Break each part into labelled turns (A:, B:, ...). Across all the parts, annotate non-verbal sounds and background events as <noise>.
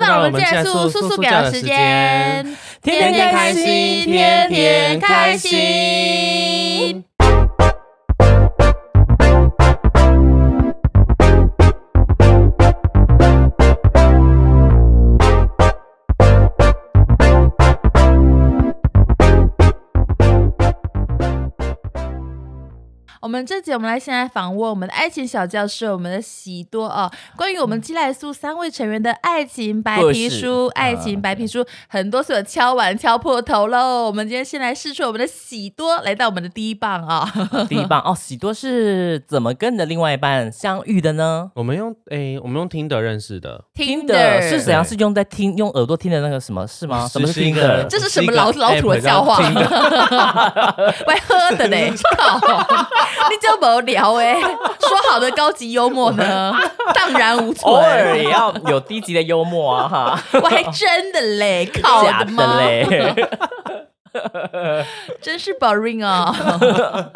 A: 到
B: 到
A: 我
B: 我
A: 们
B: 们
A: 进
B: 进
A: 来
B: 来
A: 速
B: 速
A: 速
B: 速
A: 表
B: 表
A: 的
B: 的
A: 时
B: 时
A: 间
B: 间，
A: 天天
B: 天天
A: 开
B: 开
A: 心，
B: 心
A: 天
B: 天
A: 天
B: 天
A: 开
B: 开
A: 心
B: 心。
A: 我们这集我们来先来访问我们的爱情小教室，我们的喜多哦。关于我们基莱苏三位成员的爱情白皮书，
B: 故事
A: 爱情白皮书很多所敲碗敲破头喽。我们今天先来试出我们的喜多来到我们的第一棒啊、
B: 第
A: <laughs>
B: 一棒哦，喜多是怎么跟你的另外一半相遇的呢？
C: 我们用诶、我们用听的认识的，
B: 听的是怎
A: 谁？
B: 样？是用在听用耳朵听的那个什么是吗？什么是
C: <laughs>
B: 听的？
A: 这是什么老老土的笑话？
C: 是一个 app 叫 Tinder
A: <laughs> 喂，喝
C: <laughs>
A: 的嘞，靠！你就无聊哎、说好的高级幽默呢？荡然无存。
B: <laughs> 偶尔也要有低级的幽默啊哈，
A: 我还真的
C: <laughs>
A: 嘞，靠我
B: 假
A: 的妈
B: 的！嘞。 <laughs>
A: 真是 boring 哦。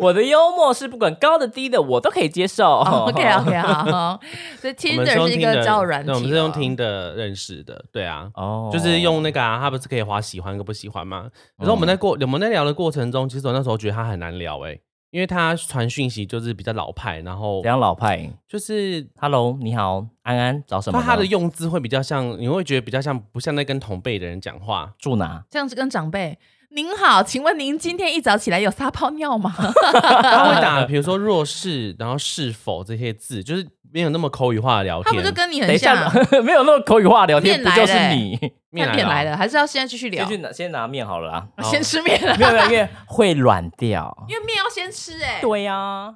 B: 我的幽默是不管高的低的我都可以接受。
A: 哦 <laughs> OK 啊 OK 好，所以
C: 哦我们
A: Tinder 是一
C: 用
A: 个
C: Tinder-
A: 交友软体
C: 对
A: 哦，
C: 我们是用听的认识的，对啊。
B: 哦
C: 就是用那个啊，他不是可以划喜欢跟不喜欢吗？可是我们在过、我们在聊的过程中，其实我那时候觉得他很难聊哎、因为他传讯息就是比较老派，然后
B: 怎样老派
C: 就是
B: ？Hello，你好，安安，找什么
C: 他
B: 呢？
C: 他的用字会比较像，你会觉得比较像不像在跟同辈的人讲
B: <laughs>
C: 话，
B: 住哪？
A: 这样子跟长辈。您好，请问您今天一早起来有撒泡尿
C: <laughs>
A: 吗？
C: 他会打比如说弱势，然后是否这些字，就是没有那么口语化的聊
A: 他不
C: 天
A: 就。跟你
B: 等
A: 很
B: 一下 <laughs>
A: 像？，
B: 没有那么口语化聊天，
A: 面
B: 不
A: 来
B: 就是
A: 嘞
B: 你？
A: 看
C: 了
A: 面来了，还是要现在继续聊
B: 先？去拿先拿面好了啦。
C: 哦
A: 先吃面了，
B: <laughs> 没有没有，因为会软掉。
A: 因为面要先吃哎、
B: 对呀，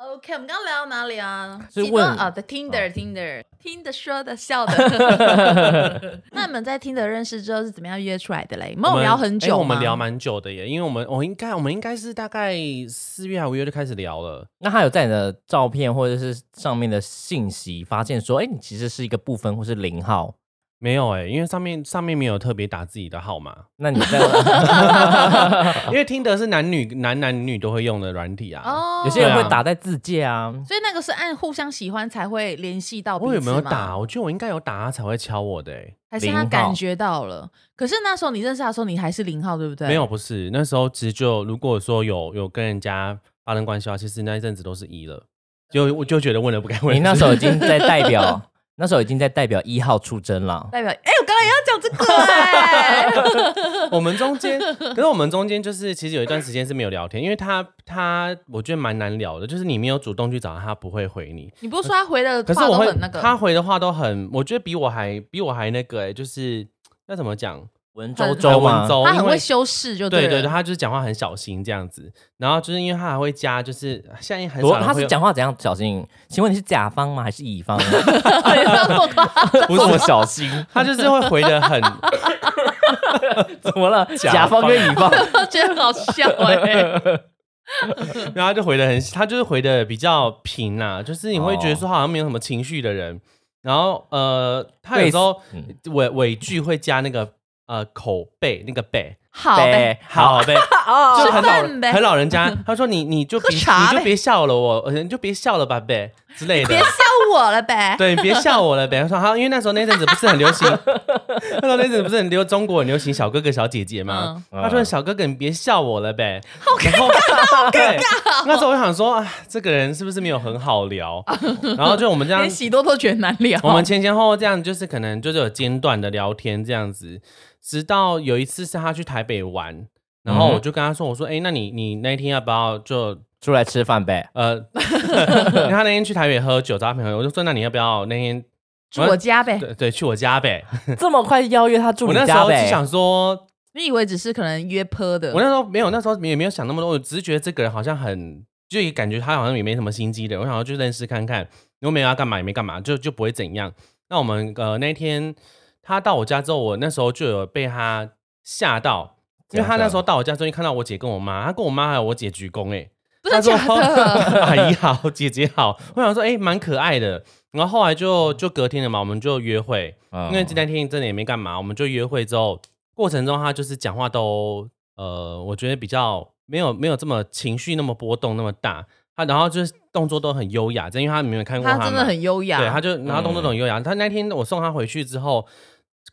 A: OK，我们刚刚聊到哪里啊？
B: 是
A: 喜多
B: 问
A: 啊，对，Tinder，Tinder，听
C: 哦
A: 的、说的、笑 <laughs> 的。那你们在 Tinder 认识之后是怎么样约出来的嘞？你们有聊很久吗？
C: 诶 <laughs> 我们聊蛮久的耶，因为我们我应该我们应该是大概四月还五月就开始聊了，
B: 那他有在你的照片或者是上面的信息发现说，哎，你其实是一个部分或是零号。
C: 没有哎，因为上面上面没有特别打自己的号码，
B: 那你在
A: 啊
C: 因为听的是男女男男女都会用的软体啊。
A: 哦，
B: 有些人
C: 对
B: 会
C: 啊
B: 打在自介啊，
A: 所以那个是按互相喜欢才会联系到彼此
C: 我有没有
A: 吗
C: 打？？我觉得我应该有打，他才会敲我的哎。
A: 还是他感觉到了？可是那时候你认识他的时候，你还是零号，对不对？
C: 没有，，不是那时候其实就如果说有有跟人家发生关系的话，其实那一阵子都是一了，
A: 嗯
C: 就我就觉得问了不该问。
B: 你那时候已经在代表，那时候已经在代表一号出征了。
A: 代表哎，我刚刚也要讲这个 <laughs> 哎。
C: 我们中间，可是我们中间就是其实有一段时间是没有聊天，因为他他我觉得蛮难聊的，就是你没有主动去找他，他不会回你。
A: 你不是说他回的
C: 可是
A: 话
C: 我
A: 都
C: 会
A: 很，那个？
C: 他回的话都很，我觉得比我还比我还那个哎、就是要怎么讲，
B: 文绉
A: 周
B: 绉
C: 很
B: 吗
C: 文？绉，
A: 他很
C: 因
A: 会
C: 为
A: 修饰，就
C: 对对
A: 对
C: 对，
A: 了。
C: 他就是讲话很小心这样子，然后就是因为他还会加，就是现在很
B: 我
C: 少人
B: 他
C: 会
B: 是
C: 用
B: 讲话怎样小心？请问你是甲方吗？还是乙
C: <laughs>
B: 方？
A: 你不要 <laughs> 那么夸张
B: 不是我小心，
C: 他就是会回的很，
B: <laughs> 怎么了？
C: 甲
B: 甲方跟乙方，
A: 我觉得好笑哎、
C: <laughs> 然后他就回的很，他就是回的比较平啊，就是你会
B: 哦
C: 觉得说他好像没有什么情绪的人，然后呃，他有时候
B: 嗯
C: 尾尾句会加那个呃口碑那个背，
A: 好呗，
B: 对
C: 好呗，
B: 哦
C: 就很老
A: 吃饭呗
C: 很老人家，他说你你就别
A: 喝茶呗
C: 你就别笑了我，呃你就别笑了吧呗之类
A: <laughs>
C: 的
A: 别。笑我了呗。
C: 对，你别笑我了呗。说好，因为那时候那阵子不是很流行，那时候那阵子不是很流中国很流行小哥哥小姐姐吗？
B: 嗯
C: 他说
B: 嗯
C: 小哥哥你别笑我了呗。好尴尬，好尴尬。那时候我就想说，啊，这个人是不是没有很好聊？然后就我们这样
A: 连喜多都觉得难聊。
C: <laughs>
A: <laughs>
C: 我们前前后后这样，就是可能就是有间断的聊天这样子，直到有一次是他去台北玩，然后我就跟他说，我说，哎、那你你那天要不要就
B: 出来吃
C: <laughs>
B: 饭呗。
C: 呃，因为他那天去台北喝酒找他朋友，我就说，那你要不要那天
A: 住我家呗，
C: 对对去我家呗？
B: 这么快邀约他住
C: 我
B: 你
C: 那时
B: 家
C: 候是
B: 呗？
C: 想说，
A: 你以为只是可能约泼的
C: 我？那时候没有，那时候也没有想那么多，我只是觉得这个人好像很，就也感觉他好像也没什么心机的，我想要去认识看看，又没有要干嘛，也没干嘛，就就不会怎样。那我们呃那天他到我家之后，我那时候就有被他吓到，因为他那时候到我家之后，就看到我姐跟我妈，他跟我妈还有我姐鞠躬、欸，哎，
A: 真的
C: 他说
A: 假的？
C: <laughs> 阿姨好，姐姐好，我想说，哎、蛮可爱的。然后后来就就隔天了嘛，我们就约会，
B: 嗯
A: 哦
C: 因为今天天真的也没干嘛，我们就约会之后，过程中他就是讲话都呃，我觉得比较没有没有这么情绪那么波动那么大，他他然后就是动作都很优雅，因为他没有看过
A: 他
C: 嘛
A: 真的很优雅，嗯
C: 对，他就然后动作都很优雅。他那天我送他回去之后，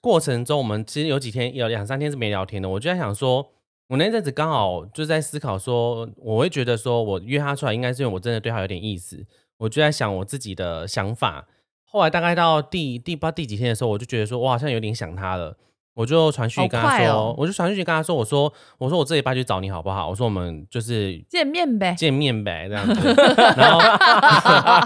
C: 过程中我们其实有几天有两三天是没聊天的。我就在想说，我那阵子刚好就在思考说，我会觉得说我约他出来，应该是因为我真的对他有点意思。我就在想我自己的想法。后来大概到第第不知道第几天的时候，我就觉得说我好像有点想他了。我就传讯息跟他
A: 好
C: 说，
A: 快哦
C: 我就传讯息跟他说，我说我说我这礼拜去找你好不好？我说我们就是
A: 见面呗，
C: 见面呗，这样子。然
A: <laughs>
C: 后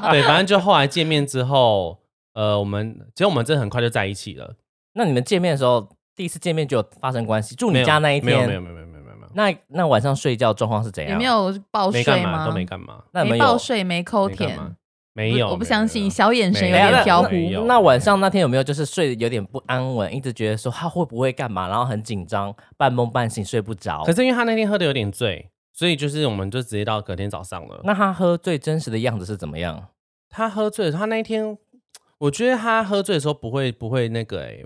C: 对，反正就后来见面之后，呃，我们其实我们真的很快就在一起了。
B: 那你们见面的时候，第一次见面就有发生关系，住
C: 没
B: 你
C: 有
B: 家那一
C: 没有没有
B: 天，
C: 没有没有没有没有没有
B: 那那晚上睡觉状况是怎
A: 也
B: 样？
A: 没，有报
C: 没干
A: 税
C: 嘛
A: 吗？
C: 都没干嘛，
B: 那你们
A: 没
B: 有
A: 报？税，没抠
C: 没干
A: 甜，
C: 嘛，
A: 不
C: 没有，
A: 我不
C: 没有
A: 相
C: 没
A: 信，
C: 有
A: 小眼神
C: 没
A: 有
C: 有
A: 点
B: 那
A: 飘忽。
C: 没有
B: 那晚上那天有没有就是睡得有点不安稳，一直觉得说他会不会干嘛，然后很紧张，半梦半醒睡不着
C: 可。是因为他那天喝的有点醉，所以就是我们就直接到隔天早上了。
B: 那他喝醉真实的样子是怎么样？
C: 他喝醉的时候，他那一天，我觉得他喝醉的时候不会不会那个哎、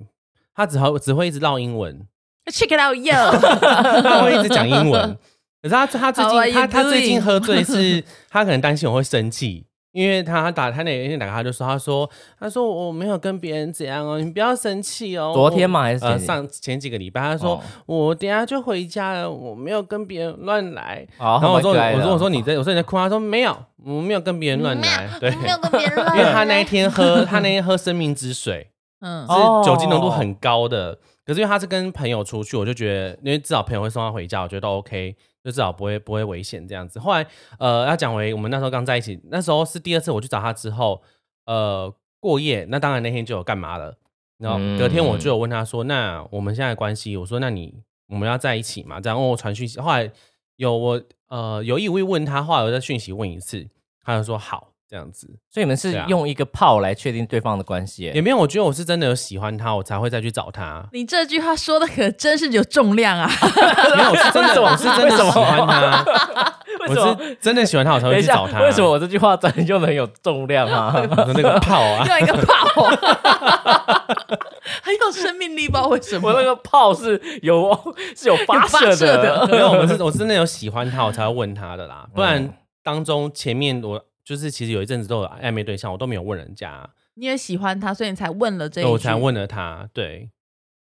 C: 他只好只会一直唠英文，
A: Check it out,
C: <laughs>
A: yo！
C: 他会一直讲英文。可是他他最
A: How are
C: 近
A: you
C: 他他最
A: doing？
C: 近喝醉是， <laughs> 他可能担心我会生气，因为他打他那天打给他就说，他说他说我没有跟别人怎样哦，你不要生气哦。
B: 昨天吗？还是
C: 我？呃，
B: 前几天
C: 上前几个礼拜，他说、
B: 哦
C: 我等一下就回家了，我没有跟别人乱来。
B: 然
C: 然后我说我
B: 哦
C: 说我说你在我说你在哭，他说没有，我没有跟别人乱来。对，
A: 没有跟别人
C: <laughs> 因为他那一天喝他那天喝生命之水，
A: 嗯，。
B: 哦
C: 是酒精浓度很高的。可是因为他是跟朋友出去，我就觉得，因为至少朋友会送他回家，我觉得都 OK，就至少不会不会危险这样子。后来呃，要讲回我们那时候刚在一起，那时候是第二次我去找他之后，呃，过夜，那当然那天就有干嘛了。然后
B: 嗯
C: 隔天我就有问他说：“那我们现在的关系，我说那你我们要在一起嘛？”这样问我传讯息，后来有我呃有意无意问他，后来我在讯息问一次，他就说好这样子。
B: 所以你们是
C: 对啊
B: 用一个炮来确定对方的关系
C: 也
B: 耶。
C: 没有，我觉得我是真的有喜欢他，我才会再去找他
A: 你这句话说的可真是有重量
C: <laughs>
A: 啊！
C: 没有，我是真的，我是真的喜欢他，
B: 为什
C: 我
B: 么？
C: 是真的喜欢他，我才
B: 等
C: 会
B: 一
C: 去
B: 下，
C: 找他。
B: 为什么？我这句话真的就能有重量啊？ <laughs>
C: 我说那个炮啊，
A: 又一个炮， <laughs> 很有生命力，不知道为什
B: 我
A: 么
B: 那。个炮是有是有发
A: 有
B: 射
A: 发射
B: 的
A: 的，
C: <laughs> 没有，我是我是真的有喜欢他，我才
B: <laughs>
C: 会问他的啦。不
B: 嗯
C: 然当中前面我就是其实有一阵子都有暧昧对象，我都没有问人家，
A: 你也喜欢他，所以你才问了这一
C: 对
A: 句。
C: 我才问了他。对，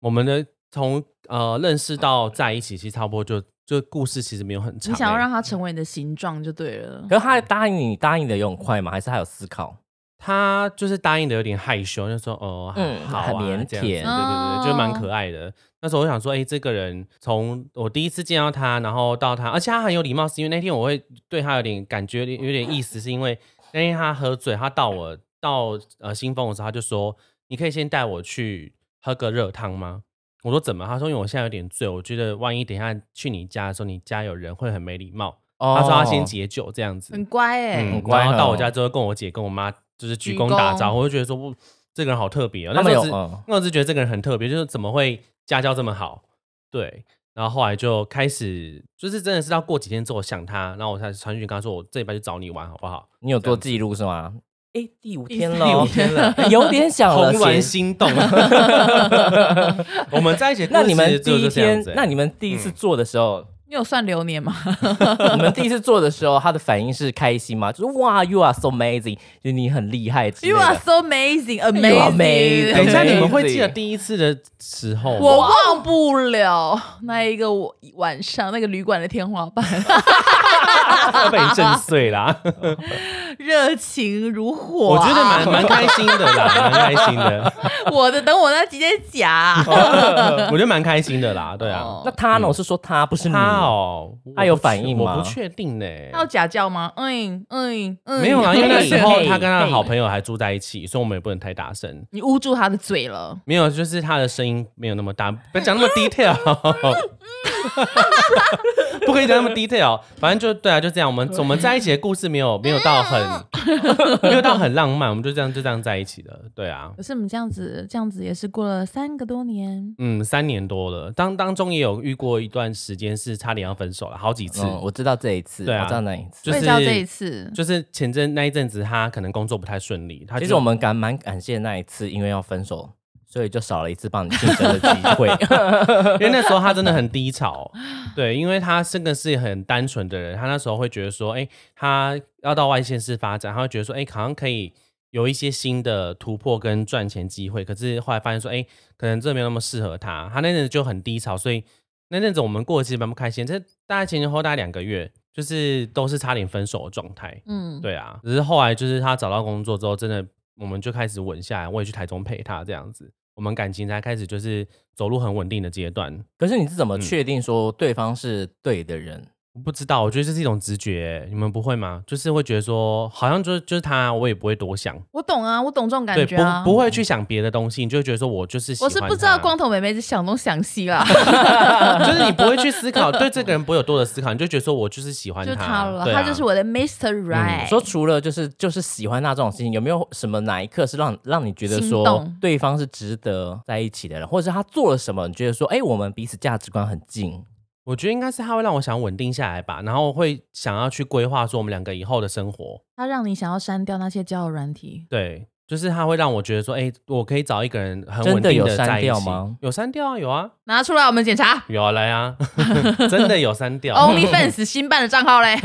C: 我们的从呃认识到在一起，其实差不多就就故事其实没有很长欸、
A: 你想要让他成为你的形状就对了。
B: <laughs> 可是他答应你，答应的有很快吗？还是他有思考？
C: 他就是答应的有点害羞，就说哦，
B: 嗯
C: 好啊，
B: 很腼腆
C: 这样子对对对，就蛮可爱的。那时候我想说，哎、这个人从我第一次见到他，然后到他，而且他很有礼貌，是因为那天我会对他有点感觉有点有点意思，是因为那天他喝醉，他到我到呃新丰的时候，他就说，你可以先带我去喝个热汤吗？我说怎么？他说因为我现在有点醉，我觉得万一等一下去你家的时候，你家有人会很没礼貌。
B: 哦
C: 他说他先解酒这样子，
A: 很乖哎、
C: 嗯
B: 很乖
C: 然后到
B: 哦
C: 我家之后，跟我姐跟我妈就是鞠
A: 鞠
C: 躬打
A: 躬
C: 招呼，我就觉得说，不，这个人好特别哦。
B: 他
C: 那
B: 们
C: 时
B: 有
C: 候只，
B: 嗯
C: 那时候只觉得这个人很特别，就是怎么会家教这么好？对。然后后来就开始，就是真的是要过几天之后想他，然后我才传讯跟他说，我这礼拜去找你玩好不好？
B: 你有做记录是吗？哎，第五天
C: 第五
B: 了，
C: 天了，
B: <laughs> 有点想了
C: 怦然
B: 写。
C: 心
B: <laughs>
C: 动。我们在一起的故事
B: 那你们第
C: 就
B: 一
C: 是这样
B: 天
C: 子欸，，
B: 那你们第一次做的时候，
A: 你有算流年吗？
C: <laughs>
B: 你们第一次做的时候，他的反应是开心吗？就是哇，you are so amazing，就是你很厉害之类
A: You are
B: 的。
A: so amazing, <laughs>
B: You are amazing.
A: amazing。
C: 等一下你们会记得第一次的时候吗？
A: 我忘不了那一个我晚上那个旅馆的天花板，
C: <laughs> 要被你震碎啦。
A: 热情如火、啊
C: 我觉得蛮蛮开心的啦，蛮开心的。
A: 蛮我的，等我那几天夹。
C: <laughs> 嗯我觉得蛮开心的啦，对啊。
A: 哦
B: <laughs> 那他呢？我是说他，不是你。
C: 他哦，我
B: 他有
C: 不
B: 反
C: 确
B: 应
C: 我
B: 吗
C: 不确定呢、
A: 他有假叫吗？嗯嗯嗯，
C: 没有
A: <laughs>
C: 啦，因为那时候哦他跟他的
B: 嘿
C: 好朋友还住在一起，所以我们也不能太大声。
A: 你捂住他的嘴了。
C: 没有，就是他的声音没有那么大，不要讲那么 detail，不可以讲那么 detail。反正就对啊，就这样。我们我们在一起的故事没有没有到 <laughs> 很没有到很浪漫，我们就这样就这样在一起了。对啊，
A: 可是我们这样子，这样子也是过了三个多年。
C: 嗯，三年多了，当当中也有遇过一段时间是差点要分手了，好几次。
B: 嗯，我知道这一次，
C: 对啊
B: 我知道那一次。
C: 就是
A: 我也知道这一次，
C: 就是前阵那一阵子，他可能工作不太顺利，他就
B: 其实我们感蛮感谢那一次，因为要分手，所以就少了一次帮你竞争的机会。 <laughs>
C: 因为那时候他真的很低潮，对，因为他真的是很单纯的人，他那时候会觉得说，哎、他要到外县市发展，他会觉得说，哎、好像可以有一些新的突破跟赚钱机会，可是后来发现说，哎、可能这没有那么适合他，他那阵子就很低潮，所以那阵子我们过得其实蛮不开心，这大概前前后后大概两个月，就是都是差点分手的状态，
A: 嗯，
C: 对啊，只是后来就是他找到工作之后，真的我们就开始稳下来，我也去台中陪他这样子，我们感情才开始就是走入很稳定的阶段。
B: 可是你是怎
C: 嗯
B: 么确定说对方是对的人？
C: 我不知道，我觉得这是一种直觉、欸你们不会吗？就是会觉得说，好像就就是他，我也不会多想，
A: 我懂啊，我懂这种感
C: 对，
A: 觉啊。
C: 不不会去想别的东西，你就会觉得说我就是喜
A: 我
C: 欢
A: 是
C: 他
A: 不知道光，头妹妹是想东想西啦，
C: 就是你不会去思考，对这个人不会有多的思考，你就觉得说我就是喜欢
A: 就
C: 他，
A: 他了，
C: 对啊
A: 他就是我的 Mr.
B: 你
A: Right。
B: 嗯说除了就是就是喜欢他这种事情，有没有什么哪一刻是让让你觉得
A: 心
B: 说
A: 动
B: 对方是值得在一起的人，或者是他做了什么，你觉得说哎、我们彼此价值观很近？
C: 我觉得应该是他会让我想稳定下来吧，然后会想要去规划说我们两个以后的生活，
A: 他让你想要删掉那些交友软体，
C: 对，就是他会让我觉得说，哎、我可以找一个人很
B: 真
C: 稳
B: 的
C: 定
B: 有
C: 的
B: 删
C: 在一
B: 掉
C: 起
B: 吗？
C: 有删掉啊，有啊，
A: 拿出来我们检
C: <laughs>
A: 查。
C: 有啊，来啊，真的有删掉。
A: 哦 OnlyFans 新办的账号嘞，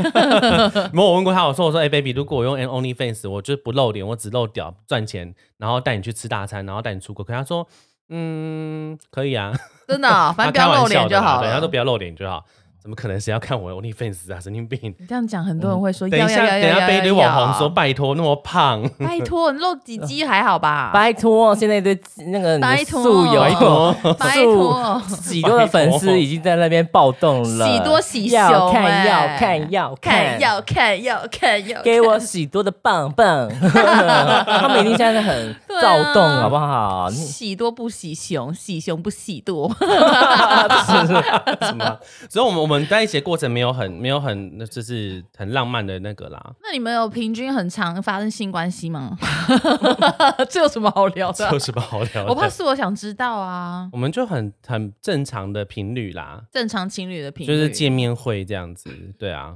C: <laughs> 没有，我问过他，我说我说，哎、b a b y 如果我用 OnlyFans，我就是不露脸，我只露屌赚钱，然后带你去吃大餐，然后带你出国。可他说，嗯，可以啊，
A: 真的哦，反正不要露脸就好
C: 对，他
A: 了
C: 都。不要露脸就好。怎么可能？谁要看我 OnlyFans 啊？神经病！
A: 你这样讲，很多人会说，
C: 嗯等一
A: 要
C: 下，
A: 要
C: 等一
A: 要
C: 下
A: 要
C: 被一堆
A: 要
C: 网红说，
A: 要
C: 拜托那么胖，
A: 拜托，你露
C: <laughs>
A: 几肌还好吧？
B: 拜托，现在一堆那个你
A: 啊拜
B: 的
A: 托
B: 素友
A: 拜
B: <laughs>
C: 托
A: 拜
B: 素
A: 托
B: 喜多的粉丝已经在那边暴动了，
A: 喜多喜熊
B: 要看
A: 哎
B: 要看要
A: 看要看要看要看
B: 给我喜多的
A: <laughs>
B: 棒棒，他们一定现在很
A: 对啊
B: 躁动，好不
A: <laughs>
B: 好？你 <laughs>
A: 喜多不喜熊，喜熊不喜多。 <laughs>
C: 什么？ <laughs> 所以，我们我们在一起的过程没有很没有很就是很浪漫的那个啦，
A: 那你们有平均很常发生性关系吗？ <laughs> 这有什么好聊
C: <laughs>
A: 的啊？
C: 有什么好聊的？
A: 我怕是我想知道啊。
C: 我们就很很正常的频率啦，
A: 正常情侣的频率
C: 就是见面会这样子，对啊，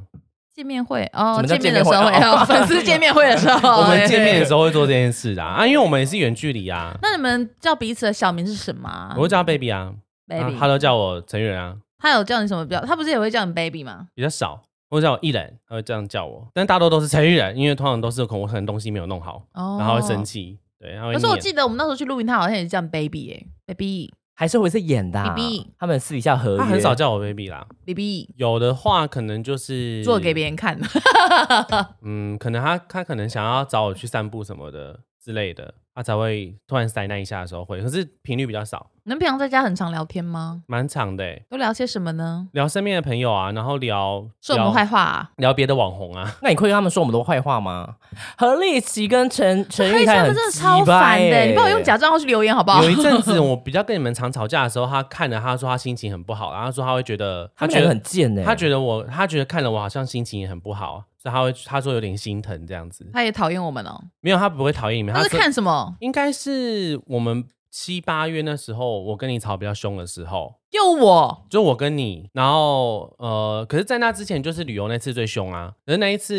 A: 见面会哦
B: 什，么叫
A: 见面的时候
B: 见面
A: 会，
B: 会
A: 哦粉丝
C: <laughs>
A: 见面会的时候，
C: 哦我们见面的
A: 候。
C: 时候会做这件事啦，啊，因为我们也是远距离啊，
A: 那你们叫彼此的小名是什么啊
C: 我会叫他 baby 啊
A: ？baby，
C: 啊他都叫我成员啊，
A: 他有叫你什么比较？他不是也会叫你 baby 吗？
C: 比较少。或者叫我艺人，他会这样叫我，但大多都是成员，因为通常都是可能我可能东西没有弄好，
A: 哦，
C: 然后会生。气，对，他会
A: 可是我
C: 念
A: 记得我们那时候去录音，他好像也是叫你 baby 哎、b a b y
B: 还是会是演的啊
A: BB，
B: 他们私底下合约
C: 他很少叫我 baby 啦，
A: baby，
C: 有的话可能就是
A: 做给别人看。
C: 嗯，可能他他可能想要找我去散步什么的之类的，他才会突然塞那一下的时候会，可是频率比较少，
A: <laughs> 你们平常在家很常聊天吗？
C: 蛮长的、欸，
A: 都聊些什么呢？
C: 聊身边的朋友啊，然后聊
A: 说我们
C: 聊
A: 坏话、啊。
C: 聊别的网红
A: <laughs>
C: 啊，
B: 那你会跟他们说我们的坏话吗？何立奇跟陈陈
A: 黑
B: 玉
A: 他
B: 泰
A: 们
B: 很
A: 哎真的
B: 鸡
A: 超
B: 掰
A: 烦的、
B: 欸
A: 你帮我用假账号去留言好不好？
C: 有一阵子我比较跟你们常吵架的时候，他看了他说他心情很不好，然后说他会觉得
B: 他们
C: 觉
B: 觉得
C: 得
B: 很贱欸呢。，
A: 欸
C: 他觉得我他觉得看了我好像心情也很不好，啊所以他会他说有点心疼这样子，
A: 他也讨厌我们哦、
C: 没有他不会讨厌你们，
A: 他是
C: 说
A: 看什么？
C: 应该是我们七八月那时候我跟你吵比较凶的时候。
A: 又我
C: 就我跟你，然后呃，可是，在那之前就是旅游那次最凶啊，可是那一次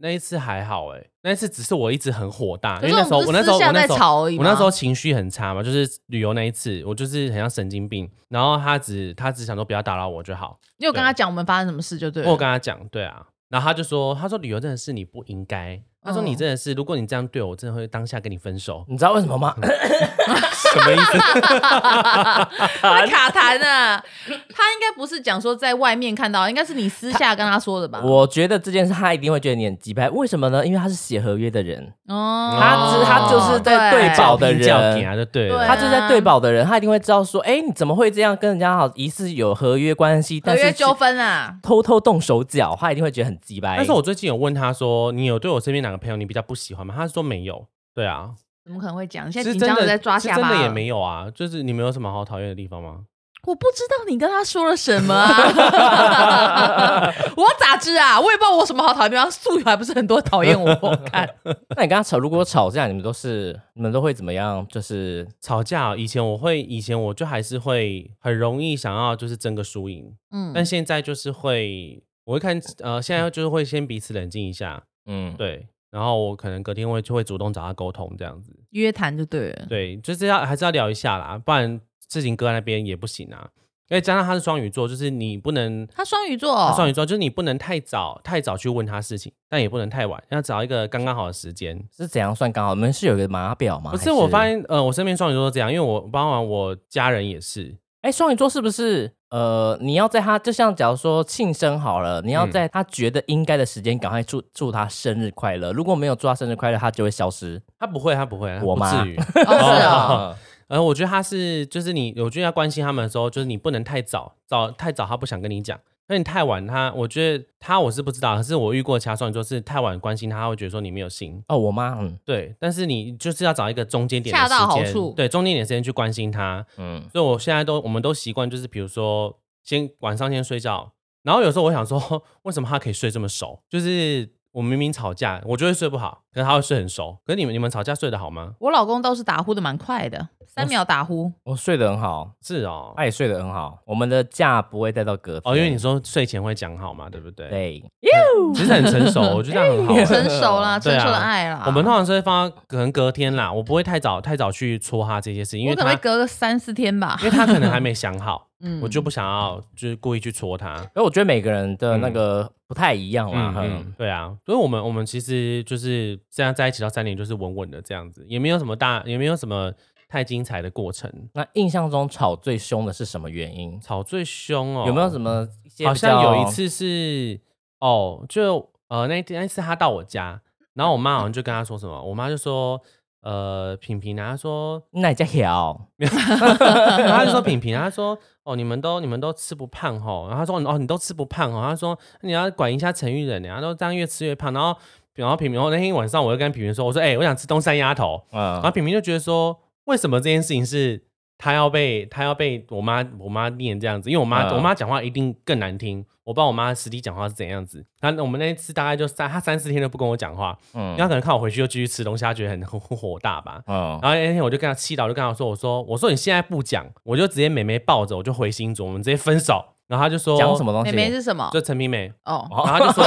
C: 那一次还好哎、那一次只是我一直很火大，
A: 可
C: 因
A: 是
C: 为那时候
A: 我
C: 我
A: 们
C: 那
A: 是
C: 时候
A: 私下
C: 我那
A: 在
C: 时候
A: 吵而已
C: 我那时
A: 嘛
C: 候情绪很差嘛，就是旅游那一次，我就是很像神经病，然后他只他只想说不要打扰我就好，
A: 你有跟他讲我们发生什么事就对
C: 我
A: 了。 <laughs>
C: 有跟他讲，对啊，然后他就说他说旅游真的是你不应该，他说你
A: 嗯
C: 真的是如果你这样对我，我真的会当下跟你分手
B: 你知道为什么吗？
C: 什么意 <laughs> 思？
A: 他卡痰啊，他应该不是讲说在外面看到，应该是你私下跟他说的吧？
B: <clears throat> 我觉得这件事他一定会觉得你很鸡掰，为什么呢？因为他是写合约的人，
A: 哦，
B: 他
C: 只他就是
B: 在对
A: 对
B: 保的
C: 平较
B: 人
C: 平啊，就对了，
A: 对
B: 他就是在对保的人，他一定会知道说，哎，你怎么会这样跟人家好疑似有合约关系，
A: 合
B: 但
A: 约
B: 是
A: 纠纷啊，
B: 偷偷动手脚，他一定会觉得很鸡
A: 哎
B: 欸掰。
C: 但是我最近有问他说，你有对我身边哪个朋友你比较不喜欢吗？他说没有。对啊，
A: 怎么可能会讲？你现在
C: 是
A: 紧
C: 真
A: 张的
C: 的
A: 在抓
C: 是
A: 下巴，
C: 真的也没有啊。就是你们有什么好讨厌的地方吗？
A: 我不知道你跟他说了什么啊，
C: <laughs>
A: 我咋知啊？我也不知道我什么好讨厌的地方，素友还不是很多讨厌我，
C: <laughs>
A: 看
B: 那你跟他吵，如果吵架，你们都是你们都会怎么样？就是
C: 吵架哦，以前我会，以前我就还是会很容易想要就是争个输赢，
A: 嗯
C: 但现在就是会，我会看呃，现在就是会先彼此冷静一下，
B: 嗯，
C: 对，然后我可能隔天会就会主动找他沟通这样子。
A: 约谈就对了。
C: 对，就是要还是要聊一下啦，不然事情搁在那边也不行啊。因为加上他是双鱼座，就是你不能
A: 他双鱼
C: 他
A: 座，哦
C: 双鱼座，就是你不能太早太早去问他事情，但也不能太晚，要找一个刚刚好的时间。
B: 是怎样算刚好？你们是有一个码表
A: 哦
B: 吗？
C: 不
B: 还
C: 是，我发，现呃，我身边双鱼座都这样，因为我包含我家人也是，
B: 哎，双鱼座是不是呃，你要在他就像假如说庆生好了，你要
C: 嗯
B: 在他觉得应该的时间赶快祝祝他生日快乐。如果没有祝他生日快乐，他就会消失。
C: 他不会，他不会，他
B: 我
C: 不
B: 吗
C: 至于。 <laughs>
A: 哦是哦，
C: 哦，呃，我觉得他是，就是你，我觉得要关心他们的时候，就是你不能太早，早太早他不想跟你讲，那你太晚他，我觉得他我是不知道，可是我遇过其他双鱼座是太晚关心他，他会觉得说你没有心，
B: <laughs> 哦，我妈，嗯
C: 对，但是你就是要找一个中间点的
A: 恰
C: 时间，
A: 到好处
C: 对，中间点时间去关心他，
B: 嗯，
C: 所以我现在都我们都习惯就是比如说先晚上先睡觉，然后有时候我想说 <laughs> 为什么他可以睡这么熟，就是。我明明吵架，我就会睡不好，可是他会睡很熟。可是你们你们吵架睡得好吗？
A: 我老公倒是打呼的蛮快的，三秒打呼。
B: 我睡得很好，
C: 是哦，
B: 他也睡得很好，我们的假不会带到隔天。
C: 哦，因为你说睡前会讲好嘛，对不对？，
B: 对，
C: 其实很成熟，我觉得这样很
A: <laughs>
C: 好
B: 哎
C: 欸。
A: 成熟啦，成
C: <laughs> 对啊
A: 熟的爱啦。
C: 我们通常是会放到可能隔天啦，我不会太早太早去戳他这些事情，因
A: 我
C: 为
A: 可
C: 他
A: 能会隔个三四天吧
C: 因。为他可能还没想好，
A: <laughs> 嗯
C: 我就不想要就是故意去戳他。
B: 因为我觉得每个人的那个不太一样啦
C: 嗯，嗯
B: 嗯，
C: 对啊，所以我们我们其实就是这样在一起到三年，就是稳稳的这样子，也没有什么大，也没有什么太精彩的过程。
B: 那印象中吵最凶的是什么原因？
C: 吵最凶哦，
B: 有没有什？么一些比较？
C: 好像有一次是哦，就呃那一天那一次他到我家，然后我妈好像就跟他说什么，我妈就说呃品品啊，她说
B: 那你在聊，
C: 她就说品品啊，她说哦你们都你们都吃不胖吼，然后她说哦你都吃不胖吼，她说你要管一下陈玉仁，然后都这样越吃越胖，然后然后品品，我那天晚上我就跟品品说，我说哎、我想吃东山鸭头，然后
B: 嗯，
C: 品品就觉得说为什么这件事情是。她要被她要被我妈我妈念这样子，因为我妈、
B: 嗯
C: 我妈讲话一定更难听。我不知道我妈实际讲话是怎样子。她我们那一次大概就三，她三四天都不跟我讲话，因为她
B: 嗯
C: 可能看我回去又继续吃东西，她觉得很很很火大吧。
B: 嗯，
C: 然后那天我就跟她气到，我就跟她说：“我说我说你现在不讲，我就直接美眉抱着，我就回新竹，我们直接分手。”然后她就说：“
B: 讲什么东
A: 妹
B: 西？：“
A: 妹是什么？
C: 就陈皮美。
A: 哦，
C: 然后她就说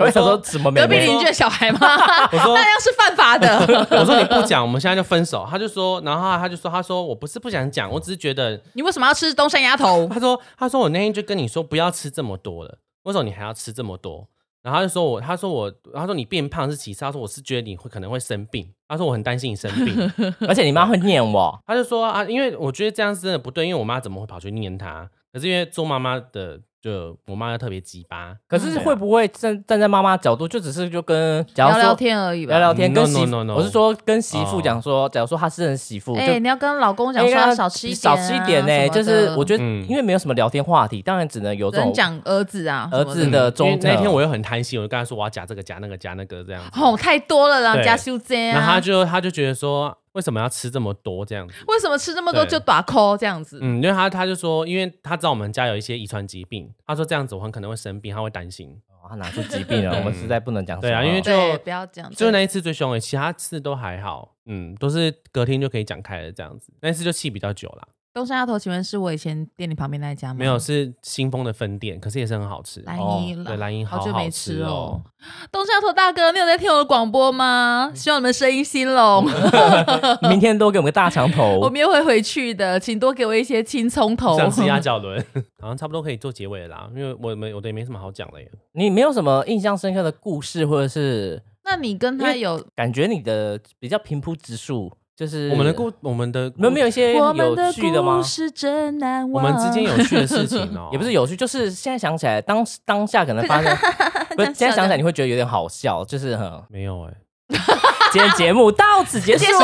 B: <laughs> 我
A: <laughs>
B: 想说什哎么妹
A: 隔壁
B: 妹？
A: 邻居的小孩吗？那
C: <laughs> 我说
A: 样是犯法
C: <laughs>
A: 的。
C: 我说你不讲，我们现在就分手。”她就说，然后她就说：“她说我不是不想讲，我只是觉得
A: 你为什么要吃东山鸭头？
C: 他说：“他说我那天就跟你说不要吃这么多了，为什么你还要吃这么多？”然后他就说我，他说我，他说你变胖是其次，他说我是觉得你会可能会生病，他说我很担心你生病，
B: 而且你妈会念
A: 嗯
B: 我，
C: 他就说啊，因为我觉得这样是真的不对，因为我妈怎么会跑去念他？可是因为做妈妈的，就我妈特别鸡巴，
B: 可是会不会站站在妈妈角度，就只是就跟假如
A: 聊
B: 说
A: 聊天而已吧
B: 聊。聊天，
C: 嗯 No, 哦
B: 跟媳
C: no, no, no
B: 我是说跟媳妇讲说，假如说她是人媳妇，就
A: 哎，你要跟老公讲说
B: 哎
A: 要
B: 让
A: 少吃一点，啊
B: 少吃一点呢，就是我觉得
C: 嗯
B: 因为没有什么聊天话题，当然只能有
A: 只
B: 这
A: 能
B: 种
A: 讲儿子啊，
B: 儿
A: 什
B: 子
A: 么的。
B: 的
C: 嗯因为
B: 中
C: 那天
B: 我
C: 我又很贪心，我就跟他说我要夹这个夹那个夹那个这样子，
A: 哦，太多了啦，
C: 对
A: 加修这
C: 然后他
A: 啊。
C: 就他就觉得说为什么要吃这么多这样子？
A: 为什么吃这么多
C: 对
A: 就打 call 这样子？
C: 嗯，因为他他就说，因为他知道我们家有一些遗传疾病，他说这样子我很可能会生病，他会担心。
B: 他啊拿出疾病了，我们实在不能讲什么。
C: 嗯对啊
A: <laughs>
C: 因为就
A: 对，不要讲。
C: 就
A: 对
C: 那一次最凶诶、其他次都还好，嗯，都是隔天就可以讲开了这样子。那一次就气比较久啦，
A: 东山鸭头，请问是我以前店里旁边那一家吗？
C: 没有是新丰的分店，可是也是很好吃。
A: 蓝
B: 哦
A: 姨
C: 对，
A: 了。
C: 蓝银
A: 好
C: 好
A: 久
C: 好
A: 没吃
C: 吃
A: 哦
C: 哦。嗯
A: 东山鸭头大哥，你有在听我的广播吗？希望你们生意兴隆，
C: 哦
B: 明天多给我们个大长
A: <laughs> 我
B: 头。
A: 明天会回去的，请多给我一些青葱
C: <laughs>
A: 头。
C: 想吃
A: <laughs>
C: 鸭脚轮，好像差不多可以做结尾了啦，因为我们我的也没什么好讲了耶。
B: 你没有什么印象深刻的故事，或者是
A: 那你跟他有
B: 感觉你的比较平铺直述，就是
C: 我们的故，我们的
B: 没有没有一些有趣的吗？，
A: 事真难
C: 我们之间有趣的事情哦
A: <laughs>
B: 也不是有趣，就是现在想起来，当时当下可能发 <laughs> 生，不是现在想起来你会觉得有点好笑，就是很
C: 没有哎、
B: 今天节目到此 <laughs> 结束，
A: 结束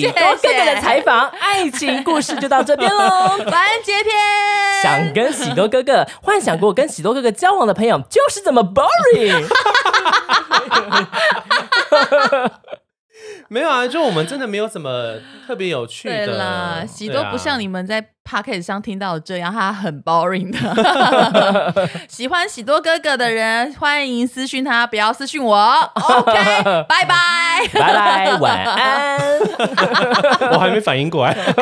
A: 谢谢
B: 多哥哥的采访爱情故事就到这边
A: <laughs>
B: 喽。
A: 晚安哦节篇，
B: 想跟喜多哥哥幻想过跟喜多哥哥交往的朋友，就是这么 <laughs> boring。
C: 没有啊，就我们真的没有什么特别有趣的。
A: 对啦，喜
C: 对
A: 多
C: 啊
A: 不像你们在 p o c a s t 上听到的这样，他很 boring
C: <laughs>
A: 的。喜欢喜多哥哥的人，欢迎私讯他，不要私讯我。OK，拜拜。
B: <laughs> 拜拜，晚安。
C: 我还没反应过来。
A: <laughs>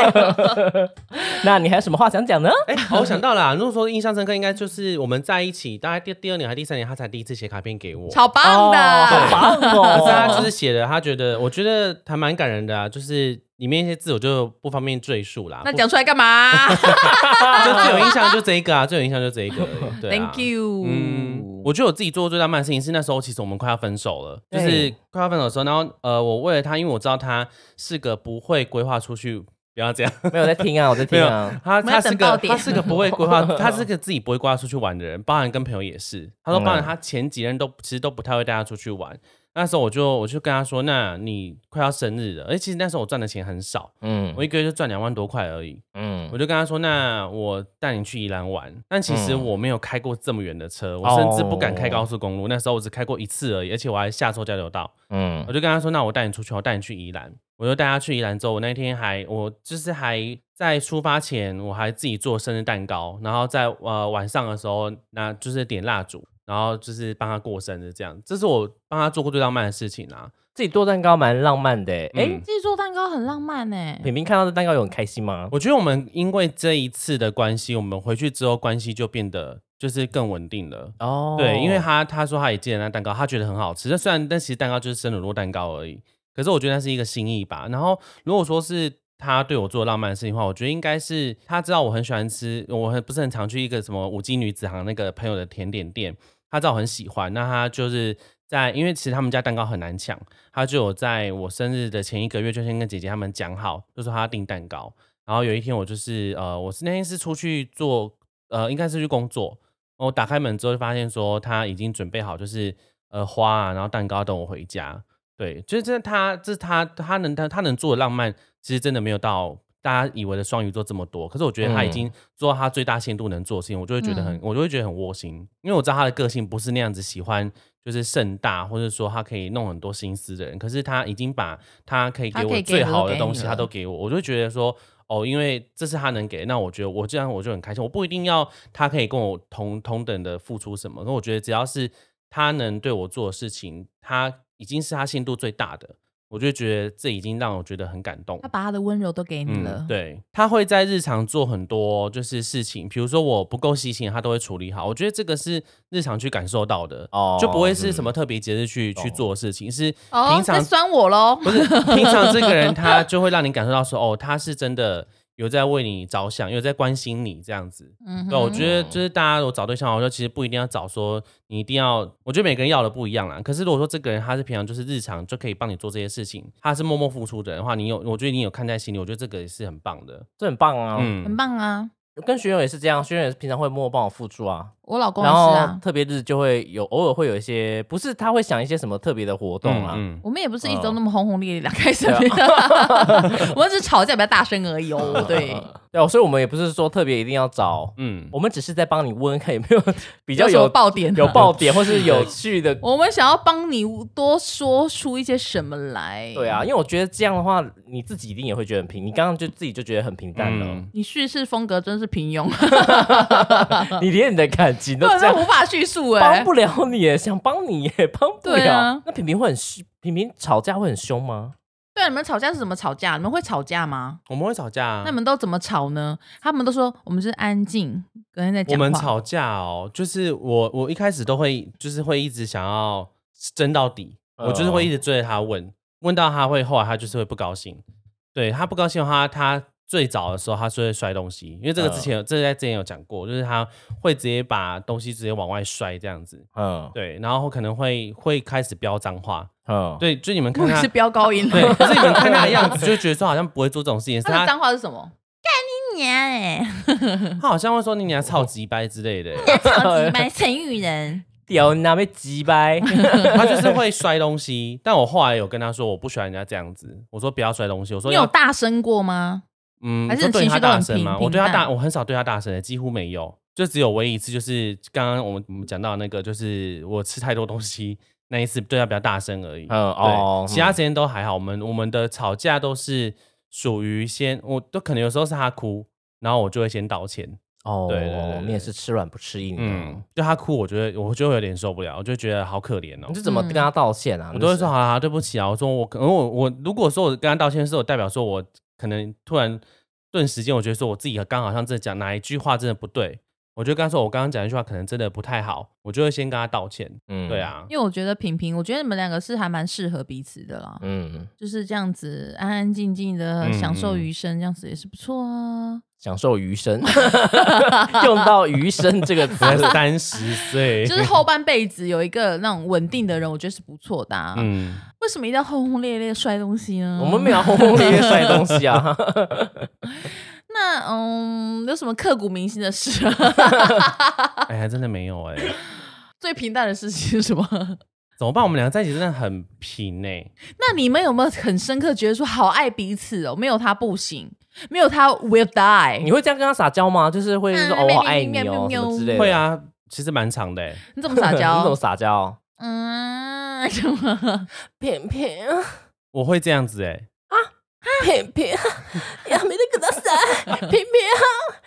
B: 那你还有什么话想讲呢？
C: 哎、好我想到了啊，如果说印象深刻，应该就是我们在一起，大概第第二年还是第三年，他才第一次写卡片给我。
A: 超棒
B: 哦好
A: 的，
B: 棒
C: 可是
B: <laughs>
C: 他就
B: 哦！
C: 是写的，他觉得，我觉得还蛮感人的啊，就是里面一些字我就不方便赘述
B: 啊
C: 啦。
A: 那讲出来干
B: <laughs>
A: 嘛
C: 不就最有印象就这一个啊，最有印象就这一个而已。对、啊、
A: ？Thank you。
C: 嗯，我觉得我自己做过最浪漫的事情是那时候，其实我们快要分手了，就是
B: 对
C: 快要分手的时候，然后呃，我为了他，因为我知道他是个不会规划出去，不要这样，
B: 没有在听啊，我在
C: 没
B: 听
C: 有
B: 啊。，
C: 他
A: 我们要
C: 他是
A: 等爆
C: 个
A: 点
C: 他是个不会
A: <laughs>
C: 规划，他是个自己不会规划出去玩的人，包含跟朋友也是。他说，
B: 嗯
C: 包含他前几任都其实都不太会带他出去玩。那时候我就我就跟他说，那你快要生日了，而且其实那时候我赚的钱很少，
B: 嗯
C: 我一个月就赚两万多块而已。
B: 嗯
C: 我就跟他说：“那我带你去宜兰玩。”但其实
B: 嗯哦
C: 我没有开过这么远的车，我甚至不敢开高速公路。那时候我只开过一次而已，而且我还下错交流道。
B: 嗯
C: 我就跟他说：“那我带你出去，我带你去宜兰。”我就带他去宜兰之后，我那天还我就是还在出发前，我还自己做生日蛋糕，然后在呃晚上的时候，那就是点蜡烛，然后就是帮他过生日这样。这是我帮他做过最浪漫的事情啊啦。
B: 自己做蛋糕蛮浪漫的欸。哎
C: 嗯，
A: 自己做蛋糕很浪漫呢。
B: 平平看到这蛋糕有很开心吗？
C: 我觉得我们因为这一次的关系，我们回去之后关系就变得就是更稳定了。
B: 哦
C: 对，因为他他说他也记得那蛋糕，他觉得很好吃。那虽然但其实蛋糕就是生乳酪蛋糕而已，可是我觉得那是一个心意吧。然后如果说是他对我做浪漫的事情的话，我觉得应该是他知道我很喜欢吃，我很不是很常去一个什么五金女子行那个朋友的甜点店，他知道我很喜欢，那他就是。在，因为其实他们家蛋糕很难抢，他就有在我生日的前一个月就先跟姐姐他们讲好，就说他要订蛋糕。然后有一天我就是呃，我是那天是出去做呃，应该是去工作，我打开门之后就发现说他已经准备好，就是呃花啊，然后蛋糕等我回家。对，就是真的他，这是他他能他他能做的浪漫，其实真的没有到大家以为的双鱼座这么多。可是我觉得他已
A: 嗯
C: 经做到他最大限度能做的事情，我就会觉得很，我就会觉得很窝心，因为我知道他的个性不是那样子喜欢。就是盛大，或者说他可以弄很多心思的人，可是他已经把他可以
A: 他
C: 给
A: 可
C: 我
A: 以给
C: 最
A: 的都
C: 好的
A: 给
C: 东
A: 你
C: 西，
A: 了
C: 他都给我，我就觉得说，哦，因为这是他能给，那我觉得我这样我就很开心。我不一定要他可以跟我同同等的付出什么，那我觉得只要是他能对我做的事情，他已经是他限度最大的，我就觉得这已经让我觉得很感动
A: 他。把他的温柔都给你了
C: 嗯，，对，他会在日常做很多就是事情，比如说我不够细心，他都会处理好。我觉得这个是日常去感受到的，
B: 哦
C: 就不会是
B: 嗯
C: 什么特别节日去、去
B: 懂
C: 做的事情，是
A: 哦
C: 平，
A: 在
C: 常
A: 酸我喽。
C: 不是平常这个人，他就会让你感受到说，哦，他是真的有在为你着想，有在关心你这样子。
A: 嗯哼，
C: 对，我觉得就是大家如果找对象，我说其实不一定要找说你一定要，我觉得每个人要的不一样啦。可是如果说这个人他是平常就是日常就可以帮你做这些事情，他是默默付出的人的话，你有，我觉得你有看在心里，我觉得这个也是很棒的。
B: 这很棒啊。
A: 很
C: 嗯，
A: 棒啊，
B: 跟学友也是这样，学友也是平常会默默帮我付出啊，
A: 我老公也
B: 然
A: 是
B: 后
A: 啊。
B: 特别日就会有偶尔会有一些，不是他会想一些什么特别的活动啊。
C: 嗯
A: 我们也不是一直都那么轰轰烈烈，打开什么 <laughs>
B: 啊
A: 的，我们只是吵架比较大声而已哦。对，
B: 对啊，所以我们也不是说特别一定要找，
C: 嗯，
B: 我们只是在帮你问看有没有比
A: 比
B: 较有
A: 爆点啊，
B: 有爆
C: <laughs>
B: 点或是有趣的。
A: 我们想要帮你多说出一些什么来。
B: 对啊，，因为我觉得这样的话，你自己一定也会觉得很平。你刚刚就自己就觉得很平淡了，
C: 嗯
A: 你叙事风格真是平庸，
B: 你连你的感情都
A: 我
B: 这
A: 真
B: 样
A: 的嗯 <laughs> 啊无法叙述
B: 帮
A: 哎。
B: 不了你耶，想帮你也帮不
A: 对
B: 了。
A: 啊
B: 那平平会很凶，平平吵架会很凶吗？
A: 对啊，你们吵架是怎么吵架？你们会吵架吗？
C: 我们会吵架啊
A: 那你。们都怎么吵呢？他们都说我们是安静，跟人在
C: 我
A: 讲话。
C: 们吵架哦，就是我我一开始都会就是会一直想要争到底，
B: 嗯
C: 我就是会一直追着他问，问到他会后来他就是会不高兴，对他不高兴的话，他最早的时候他是会摔东西，因为
A: 嗯
C: 这个之前有、这个在之前有讲过，就是他会直接把东西直接往外摔这样子，
B: 嗯
C: 对，然后可能会会开始飙脏话，
B: 嗯，
C: 对，就你们看
A: 我
C: 他
A: 是。飙高音了。 <laughs>
C: 对，可是你们看他的样子，就觉得说好像不会做这种事情，是
A: 他的
C: 他
A: 脏话是什么？干你娘哎！
C: 他好像会说你娘操鸡掰之类的，
A: <laughs>
C: 欸
A: 超级白成语
C: <laughs>
A: 人。
B: 屌你哪边鸡 <laughs> 掰？
C: 他就是会摔东西，但我后来有跟他说，我不喜欢人家这样子，我说不要摔东西，我说
A: 你有
C: 要
A: 大声过吗？
C: 嗯，
A: 还
C: 你
A: 是
C: 说
A: 情
C: 对
A: 绪
C: 他
A: 都
C: 大
A: 很
C: 声
A: 平
C: 吗？
A: 平
C: 我对他大，
A: 淡
C: 我很少对他大声的，几乎没有，就只有唯一一次，就是刚刚我们我们讲到那个，就是我吃太多东西那一次对他比较大声而已。
B: 嗯
C: 对
B: 哦，
C: 其他时间都还好，我们我们的吵架都是属于先，我都可能有时候是他哭，然后我就会先道歉。
B: 哦，
C: 对对对对
B: 你也是吃软不吃硬的，
C: 嗯，就他哭，我觉得我就会有点受不了，我就觉得好可怜哦
B: 你。就怎么跟他道歉啊？
C: 我都会
B: 你是
C: 说好啊，好对不起啊。我说我可能我我如果说我跟他道歉，是我代表说我可能突然顿时间，我觉得说我自己刚好像真的讲哪一句话真的不对，我就跟他说我刚刚讲一句话可能真的不太好，我就会先跟他道歉。
B: 嗯
C: 对，啊，
A: 因为我觉得平平，我觉得你们两个是还蛮适合彼此的啦，
B: 嗯，
A: 就是这样子安安静静的
C: 嗯
A: 享受
C: 嗯
A: 余生，这样子也是不错啊。
B: 享受
C: <laughs>
B: 余生， <laughs> 用到余生这个词
C: 我才 <laughs> 三十岁，
A: 就是后半辈子有一个那种稳定的人，我觉得是不错的、啊。
C: 嗯，
A: 为什么一定要轰轰烈烈摔东西呢？
B: 我们没有轰轰烈烈摔东
C: <laughs>
B: 西啊，
A: 那嗯，有什么刻骨铭心的事？啊
B: 啊
C: 哎呀，真的没有哎、
A: 最平淡的事情是什么？ <laughs>
C: 怎么办？我们两个在一起真的很平哎、
B: <laughs>
A: 那你们有没有很深刻觉得说好爱彼此哦？没有他不行，没有他 will die。
B: 你会这样跟他撒娇吗？就是会说
A: 嗯
B: 哦，我爱你
A: 喵喵
B: 哦，什
A: 喵
B: 么之类的。
C: 会，啊，其实蛮长的、欸。
A: 你怎么撒
B: <laughs> 你怎
A: 娇
B: 么？撒娇？
A: 嗯， <laughs> 什么？
B: 偏偏
C: 我会这样子哎、
B: 偏偏，やめてください。偏偏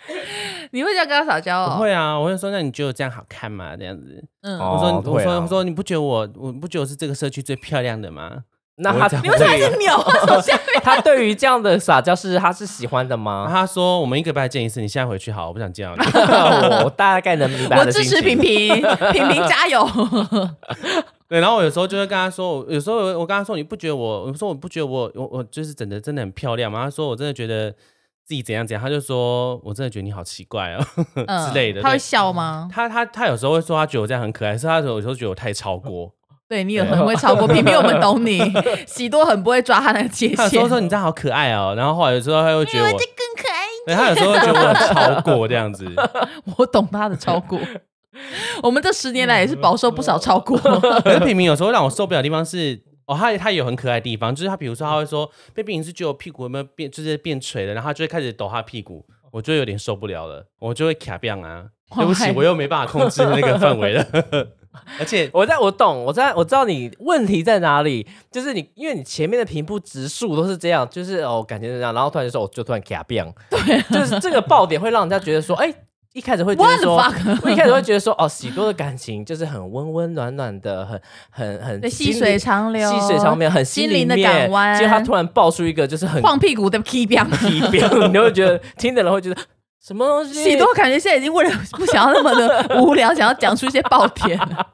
A: <laughs> 你会这样跟他撒娇、
C: 我
A: 哦？
C: 会啊，我会说，那你觉得我这样好看吗？这样子，
A: 嗯，
B: 哦
C: 我说，我
B: 会啊
C: 说，我说，你不觉得我，我不觉得我是这个社区最漂亮的吗？
B: 那
C: 我会这样
B: 他
A: 你为什么还
B: 对
A: 是
B: 于
A: 鸟啊？从下面
B: 他对于这样的撒娇是他是喜欢的
C: 然
B: 吗？
C: <laughs> 后他说我们一个礼拜见一次，你现在回去好，我不想见到你。 <laughs>
B: 我大概能明白他
A: 我
B: 的
A: 支
B: 心情。
A: 持平平，平平加
B: <laughs>
A: 油！
C: 对，然后我有时候就会跟他说，我有时候我我跟他说，你不觉得我，我说我不觉得我，我我就是整的真的很漂亮吗？他说我真的觉得自己怎样怎样，他就说我真的觉得你好奇怪哦 <laughs> 之类的。
A: 嗯他会
C: 对
A: 笑吗？
C: 他他他有时候会说他觉得我这样很可爱，是他有时候觉得我太超过，
A: 对你有很
B: <laughs>
A: 会超过平平，我们懂你。喜多很不会抓他那个界
C: 他有时
A: 限
C: 候，说你这样好可爱哦，然后后来有时候他又觉得我，
A: 哎更可爱
C: 对他有时候会觉得我很超过这样子。
A: 我懂他的超
C: <laughs>
A: 过。我们这十年来也是饱受不少超
C: 嗯
A: 过，
C: 可是平平有时候让我受不了的地方是，哦，他他也有很可爱的地方，就是他比如说他会说，baby 你是觉得我屁股有没有变，就是变垂了，然后他就会开始抖他屁股，我就有点受不了了，我就会卡变啊，对不起，我又没办法控制那个范
A: <laughs>
C: 围了，而且
B: <laughs> 我在我懂，我在我知道你问题在哪里，就是你因为你前面的平铺直述都是这样，就是哦感情是这样，然后突然就说哦我就突然卡变，对、
A: 啊
B: 就是这个爆点会让人家觉得说，哎、一开始会觉得
A: What the
B: 说
A: fuck？，
B: <laughs> 我一开始会觉得说，哦，喜多的感情就是很温温暖暖的，很很很
A: 对细水长流，
B: 细水长流，很
A: 心
B: 灵
A: 灵的
B: 面
A: 港湾
B: 结果他突然爆出一个就是很 <laughs>
A: 晃屁股的 key 表。
B: 皮变，你就会觉得听的人会觉得什么东西，
A: 喜多感觉现在已经为了不想要那么
C: <laughs>
A: 的无聊，想要讲出一些爆点了。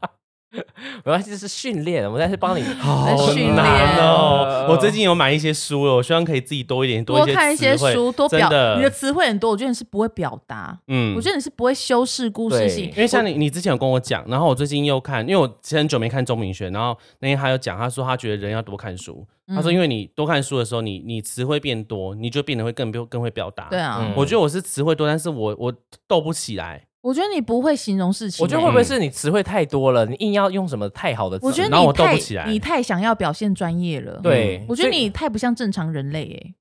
B: 没关系，这是训练，我再
A: <laughs>
B: 去帮你
C: 好
A: 训
C: 难
A: 练
C: 哦。我最近有买一些书了，我希望可以自己多一点，
A: 多
C: 一
A: 看一些
C: 词汇
A: 书，多
C: 真
A: 表
C: 的
A: 你的词汇很多，我觉得你是不会表达，
C: 嗯
A: 我觉得你是不会修饰故事
B: 对
A: 性
C: 因。为像你，你之前有跟我讲，然后我最近又看，因为我其实很久没看钟明轩，然后那天他有讲，他说他觉得人要多看书，他
A: 嗯
C: 说因为你多看书的时候，你你词汇变多，你就变得会更更会表达。
A: 对，啊，
B: 嗯
C: 我觉得我是词汇多，但是我我斗不起来，
A: 我觉得你不会形容事情欸。
B: 我觉得会不会是你词汇太多了，你硬要用什么太好的词？
A: 我觉得
C: 然后
A: 你
C: 我斗不
A: 太
C: 起来
A: 你太想要表现专业了。
B: 对，
A: 我觉得
B: 所以
A: 你太不像正常人类诶、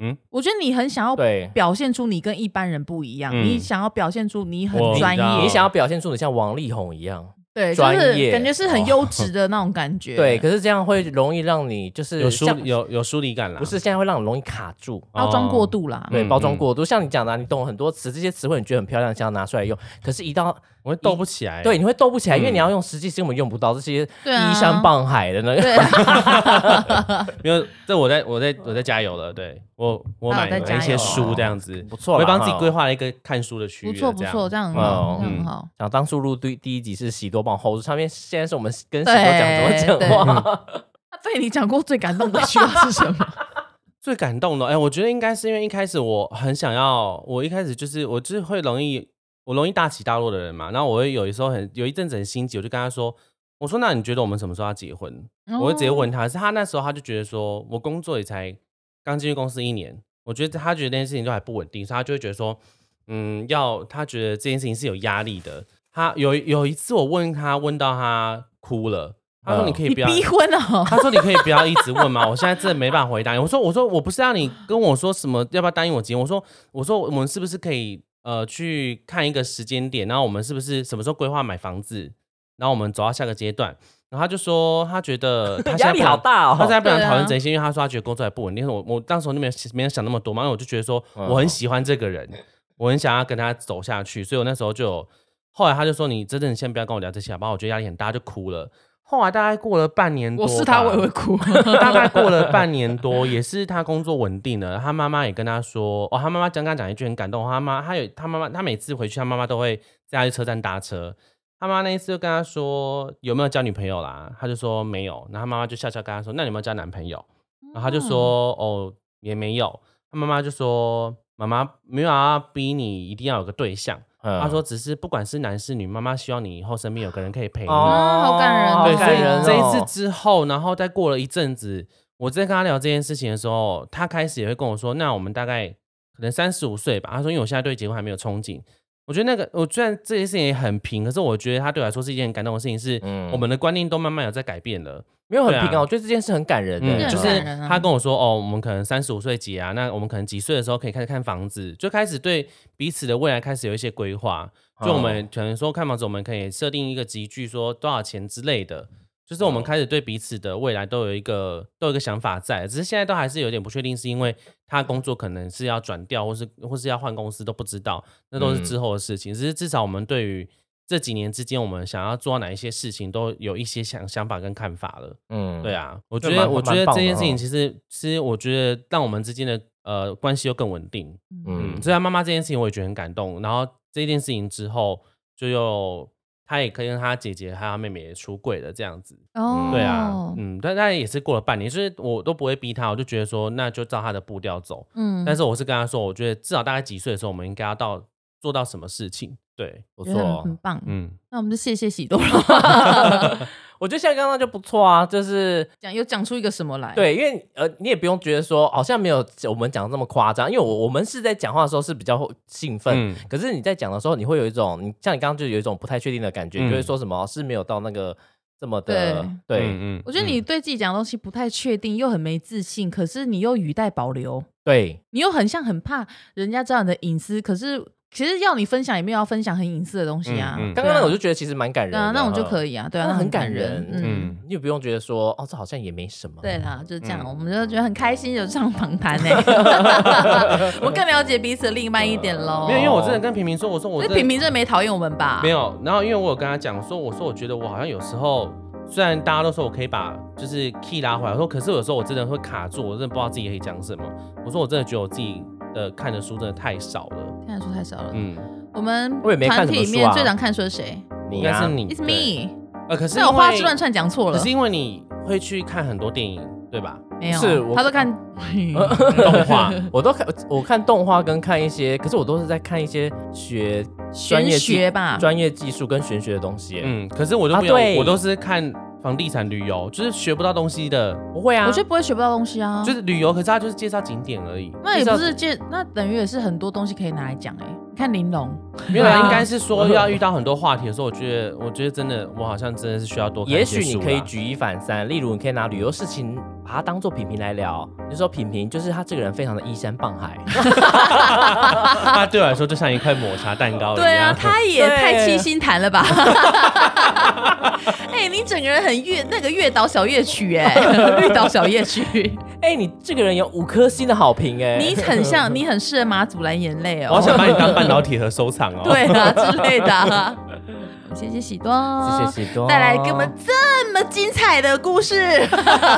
B: 嗯，
A: 我觉得你很想要
B: 对，
A: 表现出你跟一般人不一样，
C: 嗯
A: 你想要表现出你很
C: 我
A: 哦专
C: 知道
A: 业，
B: 你想要表现出你像王力宏一样，
A: 对，就
B: 专
A: 是
B: 业
A: 感觉是很
B: 哦
A: 优质的那种感觉。
B: 对，可是这样会容易让你就是
C: 有疏
B: 像
C: 有有疏离感啦。
B: 不是，现在会让你容易卡住。
A: 包装过
C: 哦
A: 度啦。
B: 对，
C: 嗯
B: 包装
C: 嗯
B: 过度，像你讲的啊、你懂很多词，这些词汇你觉得很漂亮，想要拿出来用，可是，一到
C: 我会斗不起来。
B: 对，你会斗不起来，因为
C: 嗯
B: 你要用实际是根本用不到这些
A: 对啊
B: 依山傍海的那个。 <laughs>
A: 对啊，
C: 没有，这我在我在我在加油了。对我我
A: 啊
C: 买
A: 在
C: 买
A: 加
C: 一些
A: 油
C: 书这样子，
B: 不错啦
C: 我会帮自己
B: 哈
C: 规划了一个看书的区
A: 不
C: 域了。
A: 错不错，这
C: 样
A: 样很好，
B: 嗯
A: 这样很
C: 嗯
A: 好。
B: 想当初录第第一集是喜多帮我 hold 住，上面现在是我们跟喜多
A: 对对
B: 讲怎 <laughs> 么讲话。
C: 嗯
A: 那对你讲过最感动的一句话是什么？
C: 最感动的，哎、我觉得应该是因为一开始我很想要，我一开始就是我就是会容易，我容易大起大落的人嘛。然后我会有一时候很有一阵子很心急，我就跟他
B: <laughs>
C: 说，我说那你觉得我们什么时候要结婚？ <laughs> 我会直接问
A: 哦
C: 他，是他那时候他就觉得说我工作也才刚进入公司一年，我觉得他觉得这件事情都还不稳定，所以他就会觉得说，嗯，要他觉得这件事情是有压力的。他有有一次我问他，问到他哭了，他说
B: 嗯
C: 你可
A: 哦
C: 以
A: 你
C: 不要。
A: 逼婚
C: <laughs>
A: 哦，
C: 他说：“你可以不要一直问吗？ <laughs> 我现在真的没办法回答你。”我说：“我说我不是让你跟我说什么，要不要答应我结婚？我说我说我们是不是可以呃去看一个时间点，然后我们是不是什么时候规划买房子，然后我们走到下个阶段？”然后他就说他觉得他现在
B: 压力
C: 不
B: 好大哦。
C: 他现在不想
A: 对啊
C: 讨论这些，因为他说他觉得工作还不稳定。我我当时候就没有没有想那么多嘛，因为我就觉得说
B: 嗯
C: 我很喜欢这个人，我很想要跟他走下去，所以我那时候就有后来他就说：“你真正先不要跟我聊这些好不好？我觉得压力很大。”就哭了。后来大概过了半年多
A: 我
C: 吧，
A: 是他，我也会哭。
C: <laughs> 大概过了半年多，也是他工作稳定了，他妈妈也跟他说，哦，他妈妈刚刚讲一句很感动，他妈他有他妈妈，他每次回去，他妈妈都会在他去车站搭车。他妈那一次就跟他说有没有交女朋友啦，他就说没有，然后他妈妈就笑笑跟他说，那你有没有交男朋友？然后他就说哦也没有，他妈妈就说妈妈没有要逼你一定要有个对象，他
B: 他哦
C: 说只是不管是男是女，妈妈希望你以后身边有个人可以陪你。
B: 嗯
A: 啊好感人哦
C: 对，
B: 好
C: 所
B: 感
C: 以
B: 人哦。
C: 这一次之后，然后再过了一阵子，我在跟他聊这件事情的时候，他开始也会跟我说，那我们大概可能三十五岁吧。他说，因为我现在对结婚还没有憧憬。我觉得那个，我虽然这件事情也很平，可是我觉得他对我来说是一件很感动的事情，是
B: 嗯
C: 我们的观念都慢慢有在改变了。
B: 没有很
C: 对啊
B: 平啊，我觉得这件事很感人欸
C: 嗯，
B: 的，
C: 就
A: 很
C: 是
A: 感人啊
C: 他跟我说，哦，我们可能三十五岁结啊，那我们可能几岁的时候可以开始看房子，就开始对彼此的未来开始有一些规划。
B: 啊
C: 就我们可能说看房子，我们可以设定一个集聚，说多少钱之类的。就是我们
B: 哦
C: 开始对彼此的未来都有一个都有一个想法在，只是现在都还是有点不确定，是因为他工作可能是要转调，或是或是要换公司都不知道，那都是
B: 嗯
C: 之后的事情。只是至少我们对于这几年之间，我们想要做到哪一些事情，都有一些想想法跟看法了。
B: 嗯
C: 对，啊，我
B: 这
C: 觉得
B: 蛮
C: 我觉
B: 蛮
C: 得
B: 棒
C: 这
B: 的
C: 件事情
B: 哦
C: 其实是我觉得让我们之间的呃关系又更稳定。嗯，
B: 嗯，
C: 所以他妈妈这件事情我也觉得很感动。然后这件事情之后，就又他也可以跟他姐姐还有他妹妹也出柜了，这样子。
A: 哦，
C: 对啊，嗯，但但也是过了半年，就是我都不会逼他，我就觉得说那就照他的步调走。
A: 嗯，
C: 但是我是跟他说，我觉得至少大概几岁的时候，我们应该要到做到什么事情。对，
B: 不
A: 觉得很
B: 错
A: 很。棒。
C: 嗯，
A: 那我们就谢谢喜多
C: <laughs>
A: 了，
B: 我觉得像刚刚就不错啊，就是
A: 讲又讲出一个什么来？，
B: 对，因为呃，你也不用觉得说好像没有我们讲的这么夸张，因为我我们是在讲话的时候是比较兴奋，
C: 嗯
B: 可是你在讲的时候，你会有一种，你像你刚刚就有一种不太确定的感觉，
C: 嗯
B: 你就会说什么是没有到那个这么的对。
C: 嗯嗯
A: 我觉得你对自己讲的东西不太确定，又很没自信，可是你又语带保留，
B: 对
C: 嗯
A: 你又很像很怕人家知道你的隐私，可是其实要你分享也没有要分享很隐私的东西啊。
C: 嗯嗯
B: 刚刚
A: 对
B: 那
A: 啊
B: 个我就觉得其实蛮感人
A: 对
B: 的，
A: 啊，那种就
B: 以。
A: 可以啊，对啊，
B: 那
A: 那
B: 很
A: 感
B: 感人
A: 嗯。
C: 嗯
B: 你也不用觉得说哦，这好像也没什么。
A: 对啦，就是这样，
C: 嗯
A: 我们就觉得很开心，有这场访谈呢， <laughs> 我们更了解彼此的另一半一点喽。
C: 没有，因为我真的跟平平说，我说我
A: 所以
C: 真的
A: 平平真的没讨厌我们吧？
C: 没有，然后因为我有跟他讲说，我说我觉得我好像有时候，虽然大家都说我可以把就是 key 拉回来，我说可是有时候我真的会卡住，我真的不知道自己可以讲什么。我说我真的觉得我自己的呃看的书真的太少了，
A: 看的书太少了。
C: 嗯，
A: 我们
B: 我也没
A: 团
B: 看什么
A: 体里
B: 书
A: 面
B: 啊
A: 最常看书的谁
B: 你
C: 应该
B: 啊
C: 是，你
A: ？It's
C: 对
A: me。
C: 呃，可是
A: 那我
C: 因
A: 话
C: 为
A: 是乱串讲错
C: 可
A: 了
C: 是，因为你会去看很多电影，对吧？
A: 没有，
B: 是我
A: 他都看嗯
C: 动
A: <laughs>
C: 画，
B: 我都看我看动画跟看一些，可是我都是在看一些学专
A: 玄
B: 业技
A: 学吧？
B: 专业技术跟玄学的东西。嗯，
C: 嗯，可是我都不
B: 啊
C: 用，
B: 对
C: 我都是看房地产旅游，就是学不到东西的，
B: 不会啊，
A: 我觉得不会学不到东西啊。
C: 就是旅游，可是他就是介绍景点而已。
A: 那也不
B: 就是
A: 见，那等于也是很多东西可以拿来讲哎。你看玲珑， <laughs>
C: 没有
B: 对
C: 啦，
B: 啊
C: 应该是说要遇到很多话题的时候，我觉得，我觉得真的，我好像真的是需要多看
B: 也
C: 一些
B: 许你
C: 书啦。
B: 可以
C: <laughs>
B: 举一反三，例如你可以拿旅游事情把它当做品评来聊，就说品评就是他这个人非常的依山傍海，
C: 它啊对我来说就像一块抹茶蛋
B: 哦
C: 糕一样。
A: 对
C: <laughs>
A: 啊，他也
B: 对
A: 太七星坛了
B: <laughs>
A: 吧？哎，你整个人很月那个月岛小夜曲
B: <laughs>
A: 哎，绿岛小夜曲，
B: 哎、你这个人有五颗星的好评哎、
A: 你很像，你很适合马祖蓝眼泪
C: 我好
A: 哦。
C: 想把你当半导体和收藏哦。
A: <laughs> 对啊之类的啊。谢谢喜多，
B: 谢谢喜多
A: 哦带来给我们这么精彩的故事。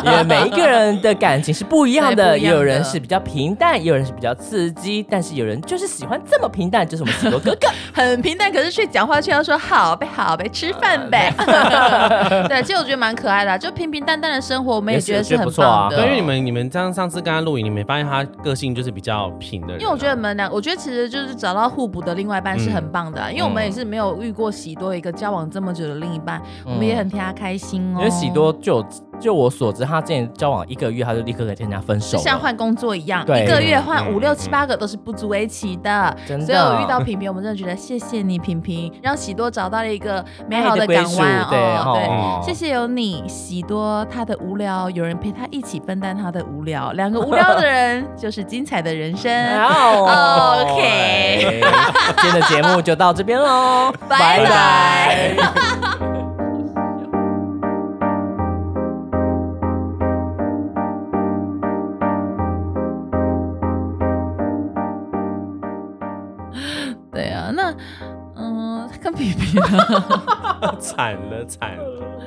B: 因为每一个人的感情是不一样
A: 对不
B: 的，
A: 一样的
B: 也有人是比较平淡，也有人是比较刺激，但是有人就是喜欢这么平淡，就是我们喜多哥哥。
A: 很平淡，可是却讲话却要说好呗，好呗，吃饭呗。
B: 啊
A: <laughs> 对，其实我觉得蛮可爱的啊、就平平淡淡的生活，我们也
B: 也是
A: 觉得是
B: 觉得
A: 很
B: 不错
A: 棒
B: 啊
A: 的。
C: 对，因为你们你们这样上次跟他录影，你没发现他个性就是比较平的人啊、
A: 因为我觉得你们俩，我觉得其实就是找到互补的另外一半
B: 嗯
A: 是很棒的啊、因为我们也是没有遇过喜多一个交往这么久的另一半， <laughs> 我们也很替他开心哦。
B: 嗯因为喜多就就我所知，他之前交往一个月，他就立刻跟人家分手
A: 就
B: 了。
A: 像换工作一样，
B: 对
A: 一个月换
C: 嗯
A: 五
C: 嗯
A: 六
C: 嗯
A: 七八个都是不足为奇的。
B: 真的
A: 所以我遇到平平，我们真的觉得谢谢你，平平，让喜多找到了一个美好
B: 爱的归
A: 港
B: 属
A: 湾哦。
B: 对
A: 对，
B: 哦
C: <laughs>
A: 谢谢有你，喜多他的无聊，有人陪他一起分担他的无聊，两个无聊的人就是精彩的人生。<laughs>
B: <laughs> 哦哎
A: OK
B: 今天的节目就到这边喽，
A: 拜拜啊嗯比比啊，
C: 惨了惨了。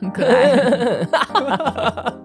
A: 很可爱。